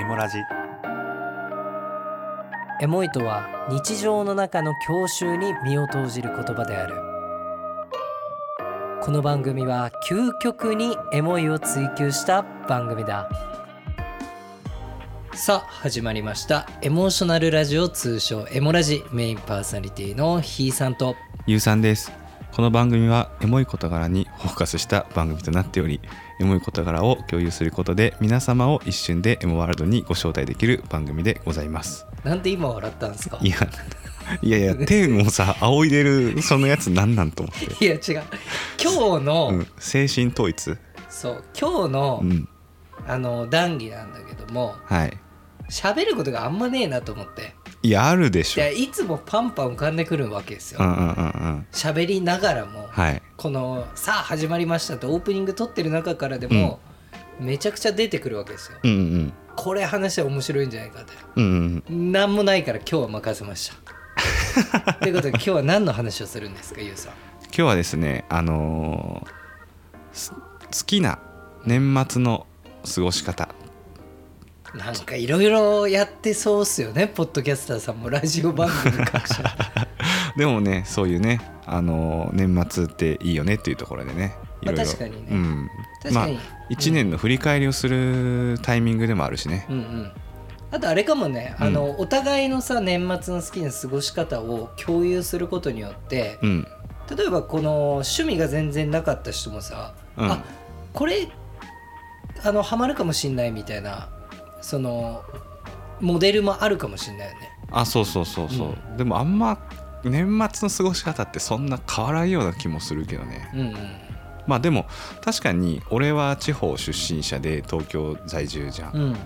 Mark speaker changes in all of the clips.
Speaker 1: エモラジ
Speaker 2: エモいとは日常の中の郷愁に身を投じる言葉であるこの番組は究極にエモいを追求した番組ださあ始まりましたエモーショナルラジオ通称エモラジメインパーソナリティのひーさんと
Speaker 3: ゆうさんですこの番組はエモい事柄にフォーカスした番組となっておりエモい事柄を共有することで皆様を一瞬でエモワールドにご招待できる番組でございます
Speaker 2: なんで今笑ったんですか
Speaker 3: いやいやいや天をさ仰いでるそのやつ何なんと思って、
Speaker 2: いや違う今日の、
Speaker 3: うん、精神統一
Speaker 2: そう今日の、
Speaker 3: うん
Speaker 2: あの談義なんだけども
Speaker 3: はい
Speaker 2: 喋ることがあんまねえなと思って
Speaker 3: いやあるでしょ
Speaker 2: でいつもパンパン浮かんでくるわけです
Speaker 3: うん
Speaker 2: よ
Speaker 3: うんうんうん
Speaker 2: 喋、りながらも、
Speaker 3: はい
Speaker 2: この「さあ始まりました」ってオープニング撮ってる中からでも、めちゃくちゃ出てくるわけですよ
Speaker 3: うんうん
Speaker 2: これ話したら面白いんじゃないかって
Speaker 3: うんうん
Speaker 2: なんもないから今日は任せました ということで今日は何の話をするんですかゆうさん
Speaker 3: 今日はですねあのーす好きな年末の過ごし方
Speaker 2: なんかいろいろやってそうっすよねポッドキャスターさんもラジオ番組 各社
Speaker 3: でもねそういうねあの年末っていいよねっていうところでねい
Speaker 2: ま
Speaker 3: ろ
Speaker 2: あ
Speaker 3: いろ
Speaker 2: 確かにね
Speaker 3: うん
Speaker 2: 確かに、
Speaker 3: まあ1年の振り返りをするタイミングでもあるしね
Speaker 2: うんうんあとあれかもね、あのお互いのさ年末の好きな過ごし方を共有することによって、
Speaker 3: うん
Speaker 2: 例えばこの趣味が全然なかった人もさ、
Speaker 3: うん
Speaker 2: あこれあのハマるかもしんないみたいなそのモデルもあるかもしんないよね
Speaker 3: あそうそうそうそう、でもあんま年末の過ごし方ってそんな変わらないような気もするけどね
Speaker 2: うん
Speaker 3: まあでも確かに俺は地方出身者で東京在住じゃ、
Speaker 2: うんんうん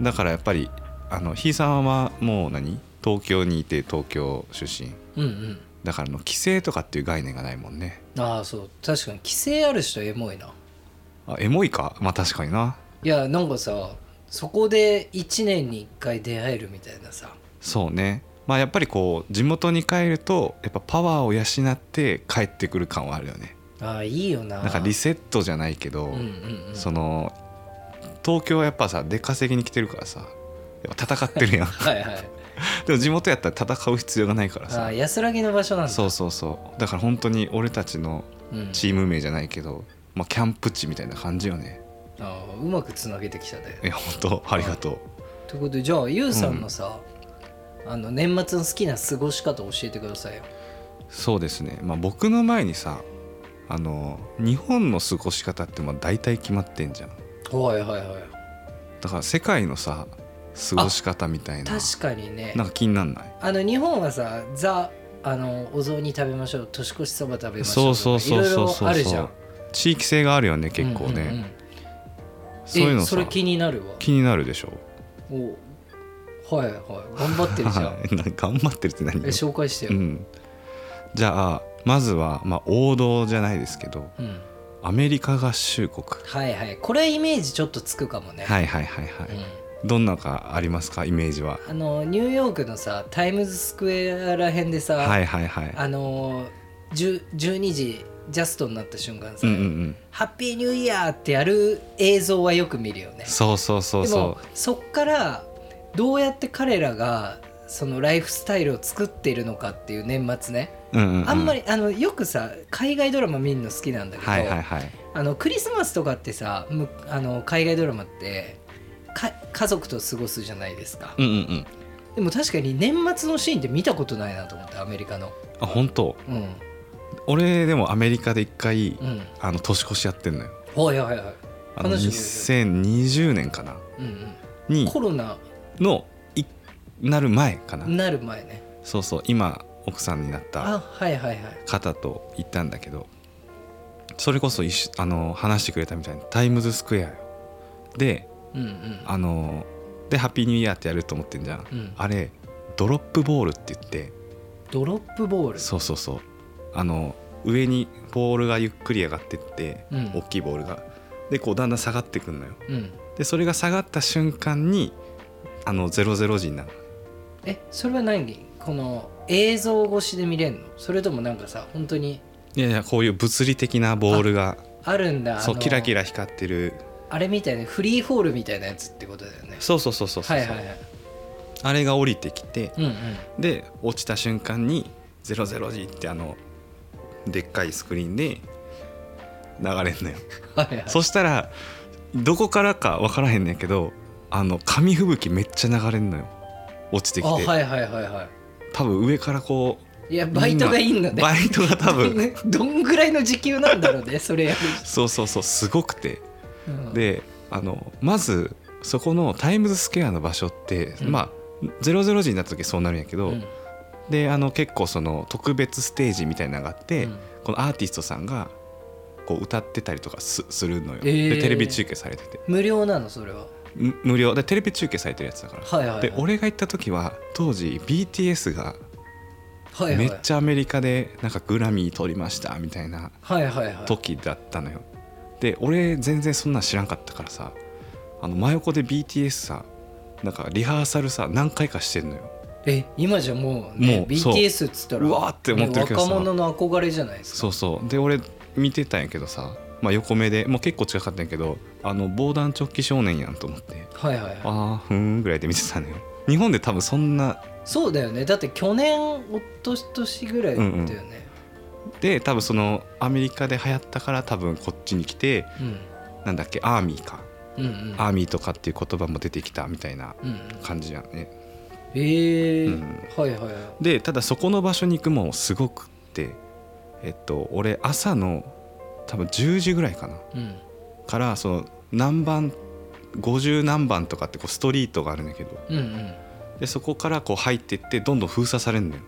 Speaker 3: だからやっぱりあのひいさんはもう何東京にいて東京出身
Speaker 2: うんうん
Speaker 3: だからあの帰省とかっていう概念がないもんね
Speaker 2: ああそう確かに規制ある人エモいな
Speaker 3: あエモいかまあ確かにない
Speaker 2: やなんかさそこで1年に1回出会えるみたいなさ
Speaker 3: そうねまあやっぱりこう地元に帰るとやっぱパワーを養って帰ってくる感はあるよね
Speaker 2: ああいいよな
Speaker 3: なんかリセットじゃないけど、
Speaker 2: うんうんうん
Speaker 3: その東京はやっぱさ出稼ぎに来てるからさやっぱ戦って るやん
Speaker 2: はいはい
Speaker 3: でも地元やったら戦う必要がないから
Speaker 2: あ
Speaker 3: さ
Speaker 2: あ安らぎの場所なんだ
Speaker 3: そうそうそうだから本当に俺たちの
Speaker 2: うん
Speaker 3: チーム名じゃないけど、まあ、キャンプ地みたいな感じよね
Speaker 2: ああうまくつなげてきたね
Speaker 3: いや本当ありがと
Speaker 2: ということでじゃあゆうさんのさ、あの年末の好きな過ごし方教えてくださいよ
Speaker 3: うそうですねまあ僕の前にさあの日本の過ごし方ってまあ大体決まってんじゃん
Speaker 2: はいはいはい
Speaker 3: だから世界のさ過ごし方みたいな
Speaker 2: 確かにね
Speaker 3: なんか気になんない
Speaker 2: あの日本はさザあのお雑煮食べましょう年越しそば食べましょ
Speaker 3: そううそうそうそうそう
Speaker 2: いろいろあるじゃん
Speaker 3: 地域性があるよね結構ね、
Speaker 2: うんうんうん
Speaker 3: そういうの
Speaker 2: え
Speaker 3: さ
Speaker 2: それ気になるわ
Speaker 3: 気になるでしょ
Speaker 2: おはいはい頑張ってるじゃん
Speaker 3: なんか 頑張ってるって何 よ
Speaker 2: え紹介してよ、
Speaker 3: うん、じゃあまずは、まあ、王道じゃないですけど
Speaker 2: うん
Speaker 3: アメリカ合衆国
Speaker 2: はいはいこれイメージちょっとつくかもね、
Speaker 3: はいはいはいはい、
Speaker 2: うん
Speaker 3: どんなかありますかイメージは
Speaker 2: あのニューヨークのさタイムズスクエアらへんでさ、
Speaker 3: はいはいはい
Speaker 2: あのー、10 12時ジャストになった瞬間さ、
Speaker 3: うんうんうん
Speaker 2: ハッピーニューイヤーってやる映像はよく見るよね
Speaker 3: そうそうそうそ
Speaker 2: でもそっからどうやって彼らがそのライフスタイルを作っているのかっていう年末ね、
Speaker 3: う、うんうんうん、
Speaker 2: あんまりあのよくさ海外ドラマ見るの好きなんだけど、
Speaker 3: はいはいはい
Speaker 2: あのクリスマスとかってさむあの海外ドラマってか家族と過ごすじゃないですか、
Speaker 3: うんうんうん
Speaker 2: でも確かに年末のシーンって見たことないなと思ってアメリカの
Speaker 3: あ本当
Speaker 2: うん
Speaker 3: 俺でもアメリカで一回、
Speaker 2: うん
Speaker 3: あの年越しやってんのよ
Speaker 2: はいはいはい
Speaker 3: あの
Speaker 2: 話して
Speaker 3: 2020年かな
Speaker 2: うんうん、
Speaker 3: に
Speaker 2: コロナ
Speaker 3: のいなる前かな
Speaker 2: になる前ね
Speaker 3: そうそう今奥さんになった
Speaker 2: あはいはいはい
Speaker 3: 方と行ったんだけどそれこそ一緒あの話してくれたみたいなタイムズスクエアよで
Speaker 2: うんうん
Speaker 3: あのでハッピーニューイヤーってやると思ってんじゃん、
Speaker 2: うん
Speaker 3: あれドロップボールって言って
Speaker 2: ドロップボール
Speaker 3: そうそうそうあの上にボールがゆっくり上がってって、
Speaker 2: うん
Speaker 3: 大きいボールがでこうだんだん下がってくんのよ
Speaker 2: うん
Speaker 3: でそれが下がった瞬間にあの00時になる
Speaker 2: えそれは何この映像越しで見れんのそれともなんかさ本当に
Speaker 3: いやいやこういう物理的なボールが
Speaker 2: あるんだ
Speaker 3: そうキラキ
Speaker 2: ラ
Speaker 3: ラ光ってる
Speaker 2: あれみたいなフリーフォールみたいなやつってことだよね
Speaker 3: そうそうそうそうそう、
Speaker 2: はいはいはい
Speaker 3: あれが降りてきて
Speaker 2: うんうん
Speaker 3: で落ちた瞬間に「00G」ってあのでっかいスクリーンで流れんのよ、
Speaker 2: はいはい
Speaker 3: そしたらどこからか分からへんねんけどあの紙吹雪めっちゃ流れんのよ落ちて
Speaker 2: あ
Speaker 3: きて、
Speaker 2: はいはいはいは
Speaker 3: 多分上からこ
Speaker 2: いいや
Speaker 3: う
Speaker 2: バイトがいいんだね
Speaker 3: バイトが多 分
Speaker 2: どんぐらいの時給なんだろうねそれやる
Speaker 3: そうそうそうすごくて
Speaker 2: うん
Speaker 3: であのまずそこのタイムズスクエアの場所って、
Speaker 2: うん
Speaker 3: まあ00時になった時そうなるんやけど、
Speaker 2: うん
Speaker 3: であの結構その特別ステージみたいなのがあって、
Speaker 2: うん
Speaker 3: このアーティストさんがこう歌ってたりとかすするのよ、
Speaker 2: えー
Speaker 3: でテレビ中継されてて
Speaker 2: 無料なのそれは
Speaker 3: む無料でテレビ中継されてるやつだから、
Speaker 2: はいはいはい
Speaker 3: で俺が行った時は当時 BTS が
Speaker 2: はいはい
Speaker 3: めっちゃアメリカでなんかグラミー取りましたみたいな
Speaker 2: はいはいはい
Speaker 3: 時だったのよで俺全然そんなん知らんかったからさあの真横で BTS さなんかリハーサルさ何回かしてんのよ
Speaker 2: え今じゃもう,、
Speaker 3: も
Speaker 2: ね、
Speaker 3: うそう
Speaker 2: BTS っつったら
Speaker 3: うわーって思ってるけどさ
Speaker 2: ね若者の憧れじゃないですか
Speaker 3: そうそうで俺見てたんやけどさ、まあ、横目でもう結構近かったんやけどあの防弾チョッキ少年やんと思って
Speaker 2: はいはいはい
Speaker 3: あーふーんぐらいで見てたのよ日本で多分そんな
Speaker 2: そうだよねだって去年おとし年ぐらいだよね
Speaker 3: で多分そのアメリカで流行ったから多分こっちに来て
Speaker 2: うん
Speaker 3: なんだっけアーミーか、
Speaker 2: うんうん
Speaker 3: アーミーとかっていう言葉も出てきたみたいな
Speaker 2: うんうん
Speaker 3: 感じやね
Speaker 2: えー
Speaker 3: うん
Speaker 2: はいはいは
Speaker 3: でただそこの場所に行くもすごくってえっと俺朝の多分10時ぐらいかない
Speaker 2: うん
Speaker 3: からその何番50何番とかってこうストリートがあるんだけど
Speaker 2: うんうん
Speaker 3: でそこからこう入ってってどんどん封鎖されるのよ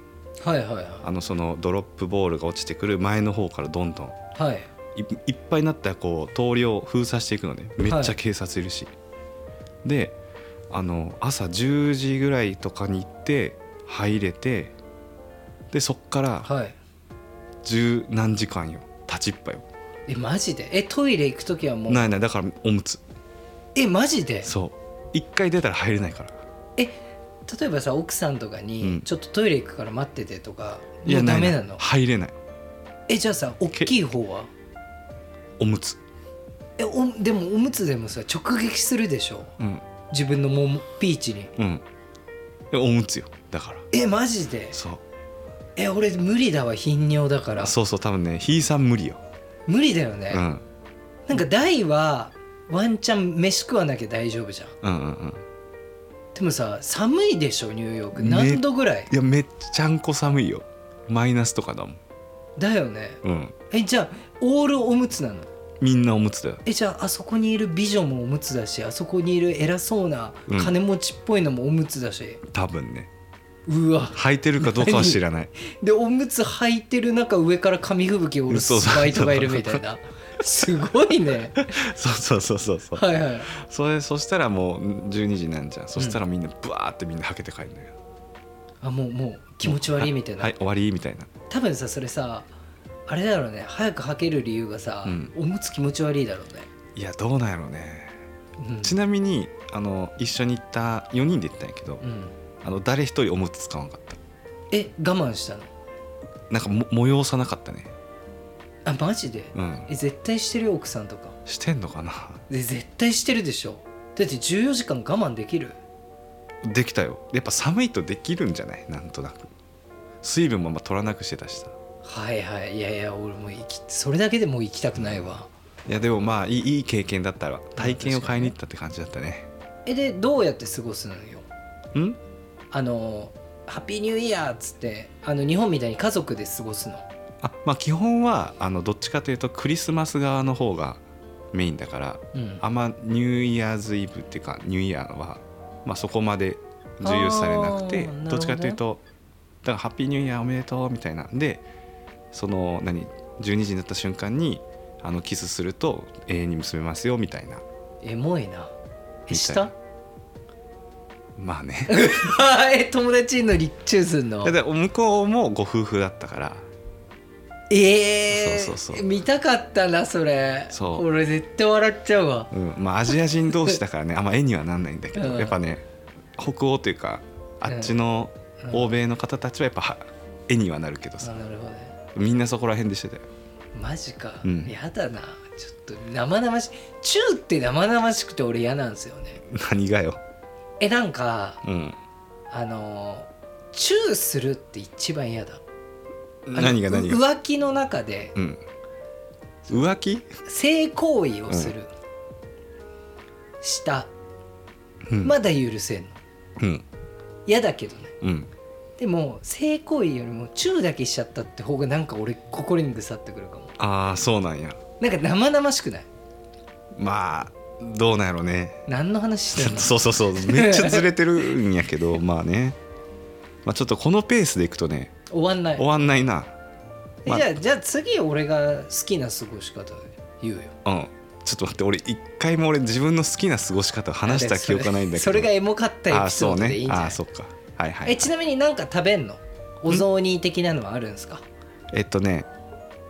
Speaker 2: はいはい
Speaker 3: あ
Speaker 2: は
Speaker 3: のそのドロップボールが落ちてくる前の方からどんどん
Speaker 2: いはい
Speaker 3: いいっぱいになったらこう通りを封鎖していくのねめっちゃ警察いるし、であの朝10時ぐらいとかに行って入れてでそっから
Speaker 2: はい
Speaker 3: 十何時間よ立ちっぱよ
Speaker 2: えマジでえトイレ行く時はもう
Speaker 3: ないないだからおむつ
Speaker 2: えマジで
Speaker 3: そう一回出たら入れないから
Speaker 2: 例えばさ奥さんとか
Speaker 3: う
Speaker 2: に
Speaker 3: ん
Speaker 2: 「ちょっとトイレ行くから待ってて」とか
Speaker 3: い
Speaker 2: もうダ
Speaker 3: い
Speaker 2: メ
Speaker 3: い
Speaker 2: なの
Speaker 3: 入れない
Speaker 2: えじゃあさ大きい方は
Speaker 3: おむつ
Speaker 2: えおでもおむつでもさ直撃するでしょ
Speaker 3: うん
Speaker 2: 自分のももピーチに
Speaker 3: うんえおむつよだから
Speaker 2: えマジで
Speaker 3: そう
Speaker 2: え俺無理だわ頻尿だから
Speaker 3: そうそう多分ねひいさん無理よ、
Speaker 2: 無理だよね、
Speaker 3: うん、
Speaker 2: なんか大はワンチャン飯食わなきゃ大丈夫じゃ
Speaker 3: う
Speaker 2: ん
Speaker 3: んうんうん
Speaker 2: でもさ寒いでしょニューヨーク
Speaker 3: ね
Speaker 2: 何度ぐらい、
Speaker 3: いやめっちゃんこ寒いよマイナスとかだもん
Speaker 2: だよね
Speaker 3: うん
Speaker 2: えじゃあオールおむつなの
Speaker 3: みんなおむつだよ
Speaker 2: えじゃああそこにいる美女もおむつだしあそこにいる偉そうな
Speaker 3: うん
Speaker 2: 金持ちっぽいのもおむつだし、
Speaker 3: 多分ね
Speaker 2: うわ
Speaker 3: 履いてるかどうかは知らない
Speaker 2: でおむつ履いてる中上から紙吹雪を折る
Speaker 3: そうそう
Speaker 2: バイトがいるみたいなすご いね
Speaker 3: そうそうそうそうそう
Speaker 2: はいはい
Speaker 3: それそしたらもう12時なんじゃんそしたらみんなブワーってみんな履けて帰るのよ
Speaker 2: あもうもう気持ち悪いみたいな、
Speaker 3: はい終わりみたいな
Speaker 2: 多分さそれさあれだろうね早く履ける理由がさ、
Speaker 3: うん
Speaker 2: おむつ気持ち悪いだろうね、
Speaker 3: いやどうなんやろうね
Speaker 2: うん
Speaker 3: ちなみにあの一緒に行った4人で行ったんやけど
Speaker 2: うん
Speaker 3: あの誰一人おむつ使わなかった
Speaker 2: え我慢したの
Speaker 3: なんかも催さなかったね
Speaker 2: あマジで、
Speaker 3: うん
Speaker 2: え絶対してるよ奥さんとか
Speaker 3: してんのかな
Speaker 2: で絶対してるでしょだって14時間我慢できる
Speaker 3: できたよやっぱ寒いとできるんじゃないなんとなく水分もまあ取らなくしてたしさ
Speaker 2: はいはいいやいや俺もう行きそれだけでもう行きたくないわ、
Speaker 3: いやでもまあいいいい経験だったら体験を買いに行ったって感じだったね
Speaker 2: えでどうやって過ごすのよ
Speaker 3: うん
Speaker 2: あのハッピーニューイヤーっつってあの日本みたいに家族で過ごすの
Speaker 3: あまあ基本はあのどっちかというとクリスマス側の方がメインだから
Speaker 2: うん
Speaker 3: あんまニューイヤーズイブっていうかニューイヤーは、まあ、そこまで重要視されなくて
Speaker 2: あーなるほどね
Speaker 3: どっちかというとだから「ハッピーニューイヤーおめでとう」みたいなんでその何12時になった瞬間にあのキスすると永遠に結べますよみたいな
Speaker 2: エモいなえ
Speaker 3: み
Speaker 2: した
Speaker 3: い
Speaker 2: た
Speaker 3: なまあね
Speaker 2: え友達いんのにチューすん の
Speaker 3: だって向こうもご夫婦だったから
Speaker 2: ええ
Speaker 3: そうそうそう
Speaker 2: 見たかったなそれ
Speaker 3: そう
Speaker 2: 俺絶対笑っちゃうわ
Speaker 3: うん、まあアジア人同士だからねあんま絵にはなんないんだけど、
Speaker 2: うん
Speaker 3: やっぱね北欧というかあっちの
Speaker 2: うん
Speaker 3: 欧米の方たちはやっぱは絵にはなるけどさ
Speaker 2: あ、なるほどね
Speaker 3: みんなそこら辺でしてたよ
Speaker 2: マジか、
Speaker 3: うん
Speaker 2: やだなちょっと生々しいチューって生々しくて俺嫌なんですよね
Speaker 3: 何がよ、
Speaker 2: えなんか
Speaker 3: うん、
Speaker 2: あのチューするって一番嫌だあの
Speaker 3: 何が何が、
Speaker 2: 浮気の中で
Speaker 3: うん、浮気、
Speaker 2: 性行為をする、した
Speaker 3: うん
Speaker 2: まだ許せんの
Speaker 3: うん
Speaker 2: 嫌だけどね
Speaker 3: うん、
Speaker 2: でも性行為よりもチューだけしちゃったって方がなんか俺心にぐさってくるかも
Speaker 3: ああそうなんや
Speaker 2: なんか生々しくない
Speaker 3: まあどうなんやろね
Speaker 2: 何の話してん の
Speaker 3: そうそうそうめっちゃずれてるんやけ どまあね、まあ、ちょっとこのペースでいくとね
Speaker 2: 終わんない
Speaker 3: 終わんないな、
Speaker 2: え
Speaker 3: まあ
Speaker 2: じゃあじゃあ次俺が好きな過ごし方言うよ
Speaker 3: うん、ちょっと待って俺一回も俺自分の好きな過ごし方を話した記憶はないんだけど
Speaker 2: それそれがエモかったエピソードでいいんじゃな
Speaker 3: あ
Speaker 2: い
Speaker 3: ーそうねあーそっかはいはい
Speaker 2: えちなみになんか食べんのお雑煮的なのはあるんですか
Speaker 3: えっとね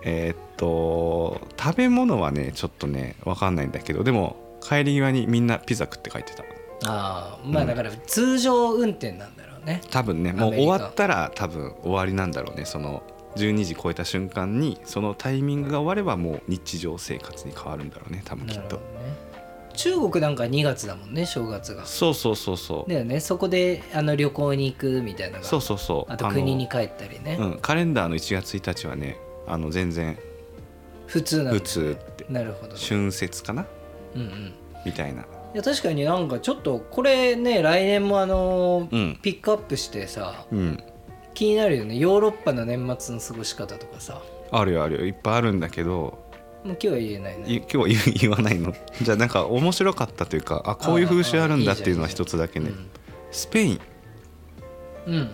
Speaker 3: えーっと食べ物はねちょっとね分かんないんだけどでも帰り際にみんなピザ食って書いてた
Speaker 2: ああまあ
Speaker 3: うん
Speaker 2: だから通常運転なんだろうね、
Speaker 3: 多分ねも
Speaker 2: ア
Speaker 3: う
Speaker 2: メリ
Speaker 3: 終
Speaker 2: カ
Speaker 3: わったら多分終わりなんだろうねその12時超えた瞬間にそのタイミングが終わればもう日常生活に変わるんだろうね多分
Speaker 2: な
Speaker 3: き
Speaker 2: る
Speaker 3: っ
Speaker 2: ほ
Speaker 3: と
Speaker 2: どね中国なんか2月だもんね正月が
Speaker 3: そうそうそうそう、
Speaker 2: だよねそこであの旅行に行くみたいなのが
Speaker 3: そうそうそう
Speaker 2: あと
Speaker 3: の
Speaker 2: 国に帰ったりね、
Speaker 3: うん、カレンダーの1月1日はねあの全然
Speaker 2: 普通なん
Speaker 3: 普
Speaker 2: だよね
Speaker 3: 通って
Speaker 2: なるほどね、
Speaker 3: 春節かな
Speaker 2: うんうん
Speaker 3: みたいない
Speaker 2: や確かになんかちょっとこれね来年もあの
Speaker 3: う
Speaker 2: ー
Speaker 3: ん
Speaker 2: ピックアップしてさ
Speaker 3: うん
Speaker 2: 気になるよねヨーロッパの年末の過ごし方とかさ
Speaker 3: あるよあるよいっぱいあるんだけど
Speaker 2: もう今日は言えない
Speaker 3: い
Speaker 2: ね
Speaker 3: 今日は言う 言わないのじゃあなんか面白かったというかあこういう風習あるんだっていうのは一つだけねスペイン
Speaker 2: うんうん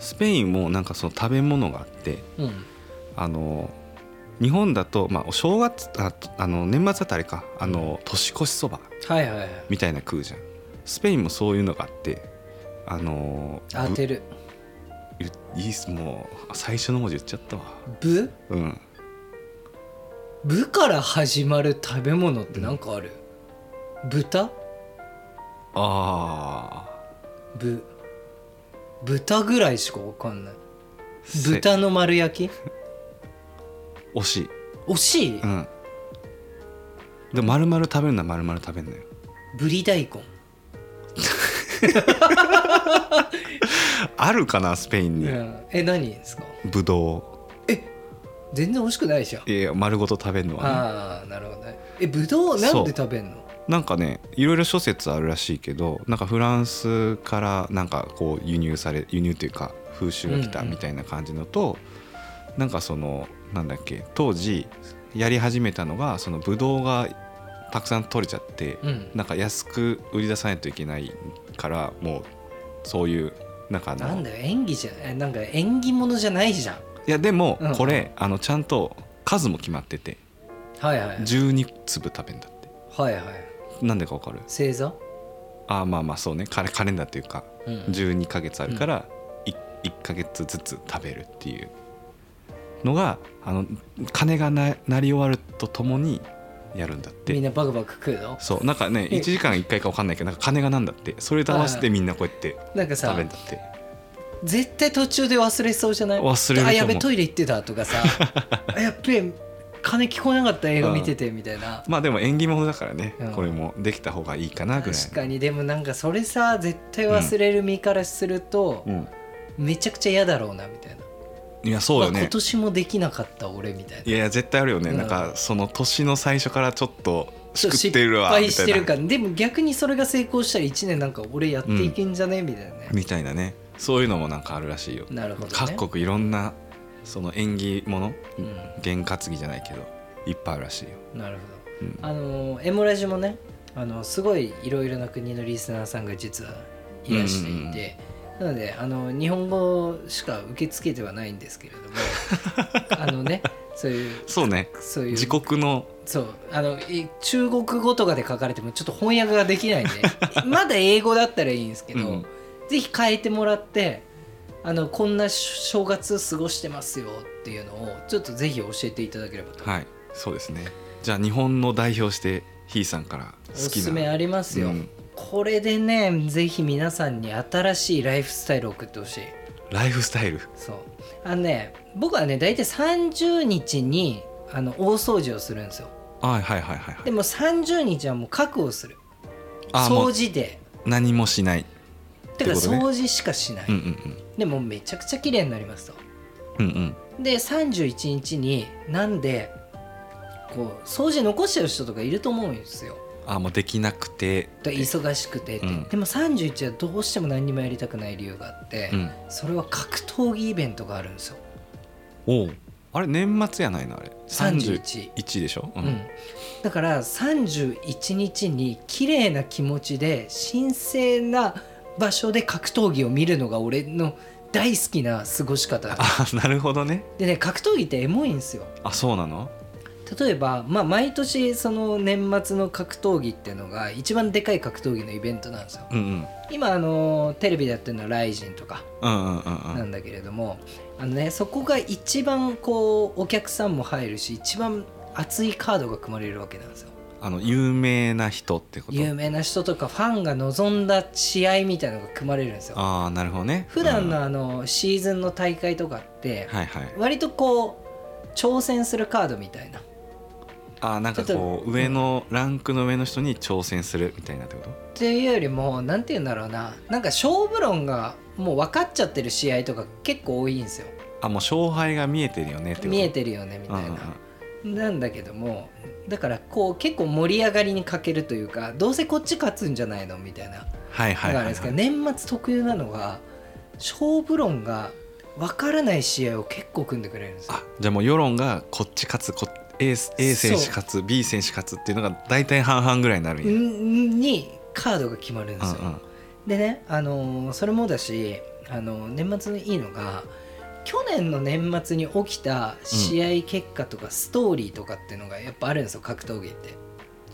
Speaker 3: スペインもなんかその食べ物があって
Speaker 2: うんうん
Speaker 3: あの日本だと、まあ、お正月ああの年末あたりかあの年越しそば
Speaker 2: はいはいはい
Speaker 3: みたいな食うじゃんスペインもそういうのがあってあの
Speaker 2: 当てる
Speaker 3: ぶいいっすもう最初の文字言っちゃったわ
Speaker 2: 部
Speaker 3: うん
Speaker 2: 部から始まる食べ物ってなんかある、豚
Speaker 3: あ
Speaker 2: 部豚ぐらいしかわかんない
Speaker 3: ーせ
Speaker 2: 豚の丸 焼き
Speaker 3: 惜しい
Speaker 2: 惜しい、
Speaker 3: うんでも丸々食べるのは丸々食べるのよ
Speaker 2: ぶり大根
Speaker 3: あるかなスペイン
Speaker 2: う
Speaker 3: に、
Speaker 2: ん、え何ですか
Speaker 3: ぶど
Speaker 2: 全然美味しくないじゃん
Speaker 3: ういや丸ごと食べるのは、ね、
Speaker 2: ああなるほどねえぶどうなんで食べんの
Speaker 3: なんかねいろいろ諸説あるらしいけどなんかフランスからなんかこう輸入され輸入というか風習が来た
Speaker 2: うんうん
Speaker 3: みたいな感じのと、なんかそのなんだっけ当時やり始めたのがそのぶどうがたくさん取れちゃって、
Speaker 2: うん
Speaker 3: なんか安く売り出さないといけないからもうそういうなんかあの
Speaker 2: なんだよ演技じゃえなんか縁起物じゃないじゃん
Speaker 3: いやでも
Speaker 2: うん
Speaker 3: これ、あのちゃんと数も決まってて
Speaker 2: はいはいはい
Speaker 3: 12粒食べんだって
Speaker 2: はい
Speaker 3: なんでかわかる
Speaker 2: 星座
Speaker 3: ああまあまあそうねカレカレンダーっていうか
Speaker 2: うんへ
Speaker 3: 12ヶ月あるからい 1, ヶ月ずつ食べるっていうのがあの鐘がな鳴り終わるとともにやるんだっ
Speaker 2: みん
Speaker 3: て
Speaker 2: なバクバク食うの
Speaker 3: そうなんかね1時間1回か分かんないけどなんか鐘がなんだってそれと合わせてみんなこうやって
Speaker 2: なんかさ
Speaker 3: 食べんだって
Speaker 2: 絶対途中で忘れそうじゃない
Speaker 3: 忘れると思う
Speaker 2: あやべトイレ行ってたと かさあやっべ金聞こえなかった映画見ててみたいな
Speaker 3: まあでも縁起物だからね、
Speaker 2: うん
Speaker 3: これもできた方がいいかなぐらい
Speaker 2: 確かにでもなんかそれさ絶対忘れる身からすると、
Speaker 3: うん、
Speaker 2: めちゃくちゃ嫌だろうなみたいな
Speaker 3: いやそうよ
Speaker 2: ま
Speaker 3: ね
Speaker 2: あ今年もできなかった俺みたいない
Speaker 3: やいや絶対あるよね、
Speaker 2: うん
Speaker 3: なんかその年の最初からちょっとしくってるわ
Speaker 2: 失敗
Speaker 3: みた
Speaker 2: し
Speaker 3: い
Speaker 2: て
Speaker 3: な
Speaker 2: るからでも逆にそれが成功したら1年なんか俺やっていけんじゃね、みたいなね
Speaker 3: みたいなねそういうのもなんかあるらしいよ、
Speaker 2: なるほど、ね、
Speaker 3: 各国いろんなその縁起物
Speaker 2: うん
Speaker 3: 験担ぎじゃないけどいっぱいあるらしいよ、
Speaker 2: なる
Speaker 3: う
Speaker 2: ほど
Speaker 3: ん
Speaker 2: あのエモラジもねあのすごいいろいろな国のリスナーさんが実はいらしていて、なのであの日本語しか受け付けてはないんですけ れどもあのねそういう
Speaker 3: そうね
Speaker 2: そういう
Speaker 3: 自国の
Speaker 2: そうあのい中国語とかで書かれてもちょっと翻訳ができ ないんでまだ英語だったらいいんですけど、
Speaker 3: うん
Speaker 2: ぜひ変えてもらってあのこんな正月過ごしてますよっていうのをちょっとぜひ教えていただければと
Speaker 3: はいそうですねじゃあ日本の代表してひーさんから好き
Speaker 2: お
Speaker 3: な
Speaker 2: すすめありますよ、
Speaker 3: うん
Speaker 2: これでねぜひ皆さんに新しいライフスタイルを送ってほしい
Speaker 3: ライフスタイル
Speaker 2: そうあのね僕はね大体30日にあの大掃除をするんですよ
Speaker 3: はいはいはいはいは
Speaker 2: で
Speaker 3: い
Speaker 2: も30日はもう確保する
Speaker 3: あもう
Speaker 2: 掃除で
Speaker 3: 何もしない
Speaker 2: だから
Speaker 3: ってことね
Speaker 2: 掃除しかしない、
Speaker 3: うん
Speaker 2: でもうめちゃくちゃ綺麗になりますと
Speaker 3: うんうんうん
Speaker 2: で31日になんでこう掃除残しちゃう人とかいると思うんですよ
Speaker 3: あもうできなくて
Speaker 2: だから忙しくてって、
Speaker 3: うん
Speaker 2: でも31はどうしても何にもやりたくない理由があって、
Speaker 3: うん
Speaker 2: それは格闘技イベントがあるんですよ
Speaker 3: おうあれ年末やないのあれ
Speaker 2: 31
Speaker 3: 31でしょ、う
Speaker 2: うん、だから31日に綺麗な気持ちで神聖な場所で格闘技を見るのが俺の大好きな過ごし方
Speaker 3: あなるほどね
Speaker 2: でね格闘技ってエモいんですよ
Speaker 3: あそうなの
Speaker 2: 例えば、まあ、毎年その年末の格闘技っていうのが一番でかい格闘技のイベントなんですよ
Speaker 3: うんうん
Speaker 2: 今あのテレビでやってるのは「ライジン」とか
Speaker 3: うんうんうんう
Speaker 2: なんんだけれども、あのね、そこが一番こうお客さんも入るし一番熱いカードが組まれるわけなんですよ
Speaker 3: あの有名な人ってこと
Speaker 2: 有名な人とかファンが望んだ試合みたいなのが組まれるんですよ
Speaker 3: ああなるほどね
Speaker 2: 普段
Speaker 3: うん
Speaker 2: のあのシーズンの大会とかって
Speaker 3: はいはい
Speaker 2: 割とこう挑戦するカードみたいな
Speaker 3: あーなんか
Speaker 2: ちょ
Speaker 3: こう上のランクの上の人に挑戦するみたいなってこと
Speaker 2: っていうよりも何て言うんだろうななんか勝負論がもう分かっちゃってる試合とか結構多いんですよ
Speaker 3: あもう勝敗が見えてるよねってこと
Speaker 2: 見えてるよねみたいな、なんだけどもだからこう結構盛り上がりに欠けるというかどうせこっち勝つんじゃないのみたいな
Speaker 3: はいはい
Speaker 2: だか
Speaker 3: はい、
Speaker 2: らで
Speaker 3: は
Speaker 2: すけど
Speaker 3: い、
Speaker 2: 年末特有なのが勝負論が分からない試合を結構組んでくれるんですよ
Speaker 3: あじゃあもう世論がこっち勝つこ A, A 選手勝つ B 選手勝つっていうのが大体半々ぐらいになるんや、
Speaker 2: んにカードが決まるんですよ、
Speaker 3: うんうん
Speaker 2: でね、あのーそれもだし、あのー年末のいいのが去年の年末に起きた試合結果とかストーリーとかっていうのがやっぱあるんですよ格闘技って。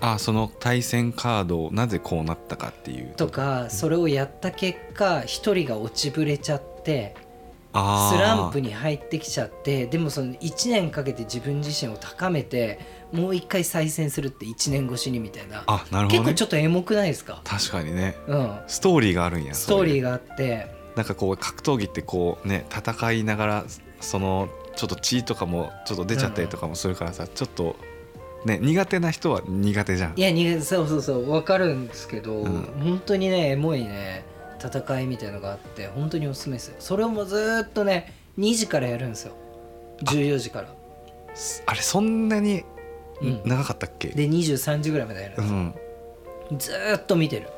Speaker 3: あその対戦カードをなぜこうなったかっていう
Speaker 2: とかそれをやった結果一人が落ちぶれちゃって
Speaker 3: あー
Speaker 2: スランプに入ってきちゃってでもその1年かけて自分自身を高めてもう一回再戦するって1年越しにみたいな
Speaker 3: あなるほ
Speaker 2: 結
Speaker 3: ど、ね、
Speaker 2: 構ちょっとエモくないですか、
Speaker 3: 確かにね
Speaker 2: うん、
Speaker 3: ストーリーがあるんや
Speaker 2: ストーリー
Speaker 3: が
Speaker 2: があって
Speaker 3: なんかこう格闘技ってこうね戦いながらそのちょっと血とかもちょっと出ちゃったりとかもするからさ、ちょっとね苦手な人は苦手じゃん
Speaker 2: いやにそうそうそう分かるんですけど、
Speaker 3: うん
Speaker 2: 本当にねエモいね戦いみたいのがあって本当におすすめですよそれもずーっとね2時からやるんですよ14時から、
Speaker 3: あれそんなに
Speaker 2: うん
Speaker 3: 長かったっけ、
Speaker 2: で23時ぐらいまでやるん
Speaker 3: う
Speaker 2: で
Speaker 3: ん
Speaker 2: すよ、ずーっと見てる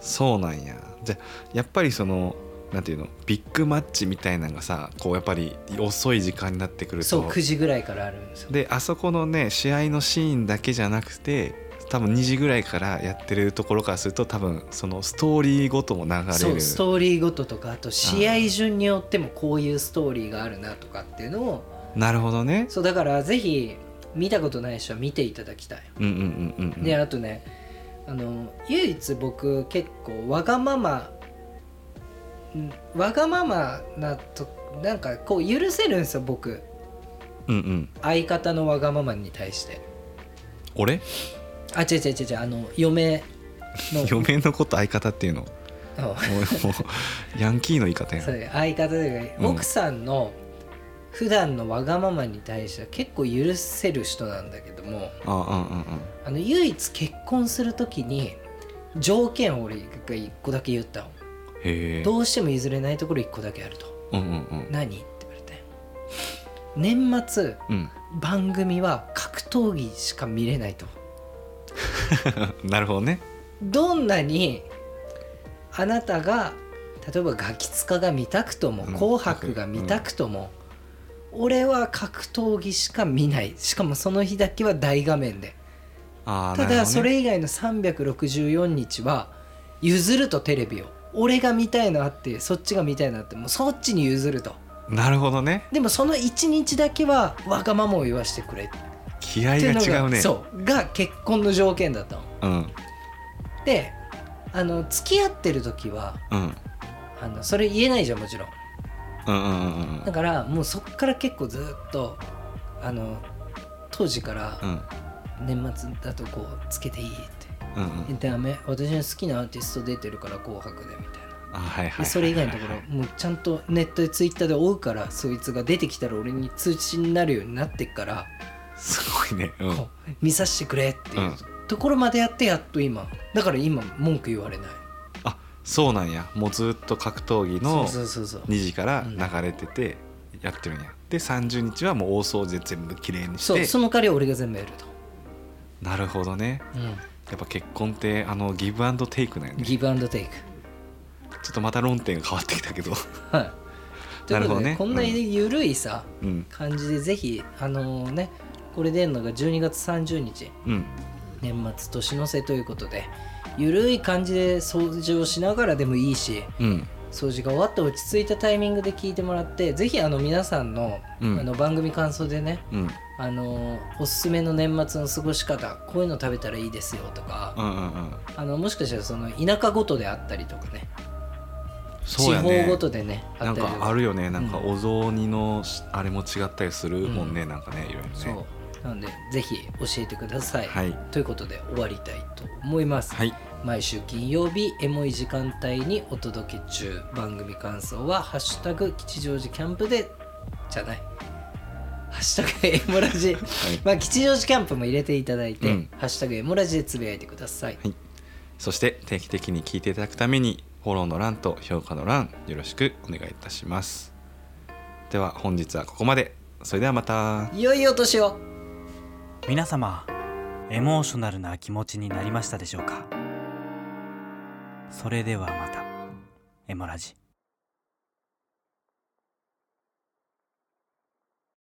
Speaker 3: そうなんやじゃあやっぱりそのなんていうのビッグマッチみたいなのがさこうやっぱり遅い時間になってくると
Speaker 2: そう9時ぐらいからあるんですよ
Speaker 3: であそこのね試合のシーンだけじゃなくて多分2時ぐらいからやってるところからすると多分そのストーリーごとも流
Speaker 2: そ
Speaker 3: れ
Speaker 2: う
Speaker 3: る
Speaker 2: ストーリーごととかあと試合順によってもこういうストーリーがあるなとかっていうのを
Speaker 3: なるほどね
Speaker 2: そうだからぜひ見たことない人は見ていただきたい、
Speaker 3: うんうんうんうん
Speaker 2: であとねあの唯一僕結構わがままんわがままなとなんかこう許せるんですよ僕
Speaker 3: うんうん
Speaker 2: 相方のわがままに対して
Speaker 3: 俺
Speaker 2: あ違う違う違う違うあの嫁 の
Speaker 3: 嫁のこと相方っていう のも
Speaker 2: うん
Speaker 3: うもうヤンキーの言い方やん
Speaker 2: そう相方という
Speaker 3: う
Speaker 2: か
Speaker 3: ん
Speaker 2: 奥さんの普段のわがままに対しては結構許せる人なんだけども
Speaker 3: あうんうんうん
Speaker 2: あの唯一結婚する時に条件を俺が1個だけ言ったの
Speaker 3: へえ
Speaker 2: どうしても譲れないところ1個だけあると
Speaker 3: うんうんうん
Speaker 2: 何って言われて年末
Speaker 3: うん
Speaker 2: 番組は格闘技しか見れないと
Speaker 3: なるほどね
Speaker 2: どんなにあなたが例えばガキ使が見たくとも
Speaker 3: うん
Speaker 2: 「紅白」が見たくとも、俺は格闘技しか見ないしかもその日だけは大画面で
Speaker 3: あーなる
Speaker 2: た
Speaker 3: ほど
Speaker 2: だ
Speaker 3: ね
Speaker 2: それ以外の364日は譲るとテレビを俺が見たいのあってそっちが見たいのあってもうそっちに譲ると
Speaker 3: なるほどね
Speaker 2: でもその1日だけはわがままを言わしてくれって
Speaker 3: 気合
Speaker 2: いう
Speaker 3: が
Speaker 2: の
Speaker 3: 違うね
Speaker 2: そうが結婚の条件だったの
Speaker 3: うん
Speaker 2: であの付き合ってる時は
Speaker 3: うん
Speaker 2: あのそれ言えないじゃんもちろん
Speaker 3: うんうんうんうん
Speaker 2: だからもうそっから結構ずっとあの当時から
Speaker 3: うん
Speaker 2: 年末だとこうつけていいって
Speaker 3: うんうん
Speaker 2: 「ダメ私の好きなアーティスト出てるから紅白で」みたいな
Speaker 3: あはいはいはいは
Speaker 2: で
Speaker 3: い
Speaker 2: それ以外のところもうちゃんとネットでツイッターで追うからそいつが出てきたら俺に通知になるようになってっから、
Speaker 3: すごいねうん
Speaker 2: こう見させてくれっていう
Speaker 3: うん
Speaker 2: ところまでやってやっと今だから今文句言われない
Speaker 3: あそうなんやもうずっと格闘技の
Speaker 2: そうそうそうそう
Speaker 3: 2時から流れててやってるんやで30日はもう大掃除で全部きれいにし
Speaker 2: そう
Speaker 3: て
Speaker 2: その代わり俺が全部やると、
Speaker 3: なるほどねやっぱ結婚ってあのギブアンドテイクなんやねちょ
Speaker 2: ギブアンドテイク
Speaker 3: っとまた論点が変わってきた けど
Speaker 2: はい。と
Speaker 3: な
Speaker 2: いう
Speaker 3: るほ
Speaker 2: こと
Speaker 3: ど
Speaker 2: で、
Speaker 3: ね
Speaker 2: こんなに緩いさ、
Speaker 3: うん
Speaker 2: 感じでぜひあのねこれ出るのが12月30日
Speaker 3: うん
Speaker 2: 年末年の瀬ということで緩い感じで掃除をしながらでもいいし
Speaker 3: うん
Speaker 2: 掃除が終わって落ち着いたタイミングで聞いてもらってぜひあの皆さんの,、
Speaker 3: うん
Speaker 2: あの番組感想でね
Speaker 3: うん
Speaker 2: あのおすすめの年末の過ごし方こういうの食べたらいいですよとか、
Speaker 3: うんうんうん
Speaker 2: あのもしかしたらその田舎ごとであったりとかね
Speaker 3: そうや
Speaker 2: 地
Speaker 3: ね
Speaker 2: 方ごとでねあ
Speaker 3: な
Speaker 2: っ
Speaker 3: ん
Speaker 2: たりと
Speaker 3: かあるよねなんかお雑煮のしあれも違ったりするもんね、なんかねいろいろね
Speaker 2: そうなのでぜひ教えてください、
Speaker 3: はい
Speaker 2: ということで終わりたいと思います、
Speaker 3: はい
Speaker 2: 毎週金曜日エモい時間帯にお届け中番組感想は「ハッシュタグ吉祥寺キャンプで」じゃない「ハッシュタグエ モラジ」まあ吉祥寺キャンプも入れていただいて「
Speaker 3: うん
Speaker 2: ハッシュタグエモラジ」でつぶやいてください、
Speaker 3: はいそして定期的に聞いていただくためにフォローの欄と評価の欄よろしくお願いいたしますでは本日はここまでそれではまた
Speaker 2: い、よいよ年を
Speaker 1: 皆様エモーショナルな気持ちになりましたでしょうかそれではまたエモラジ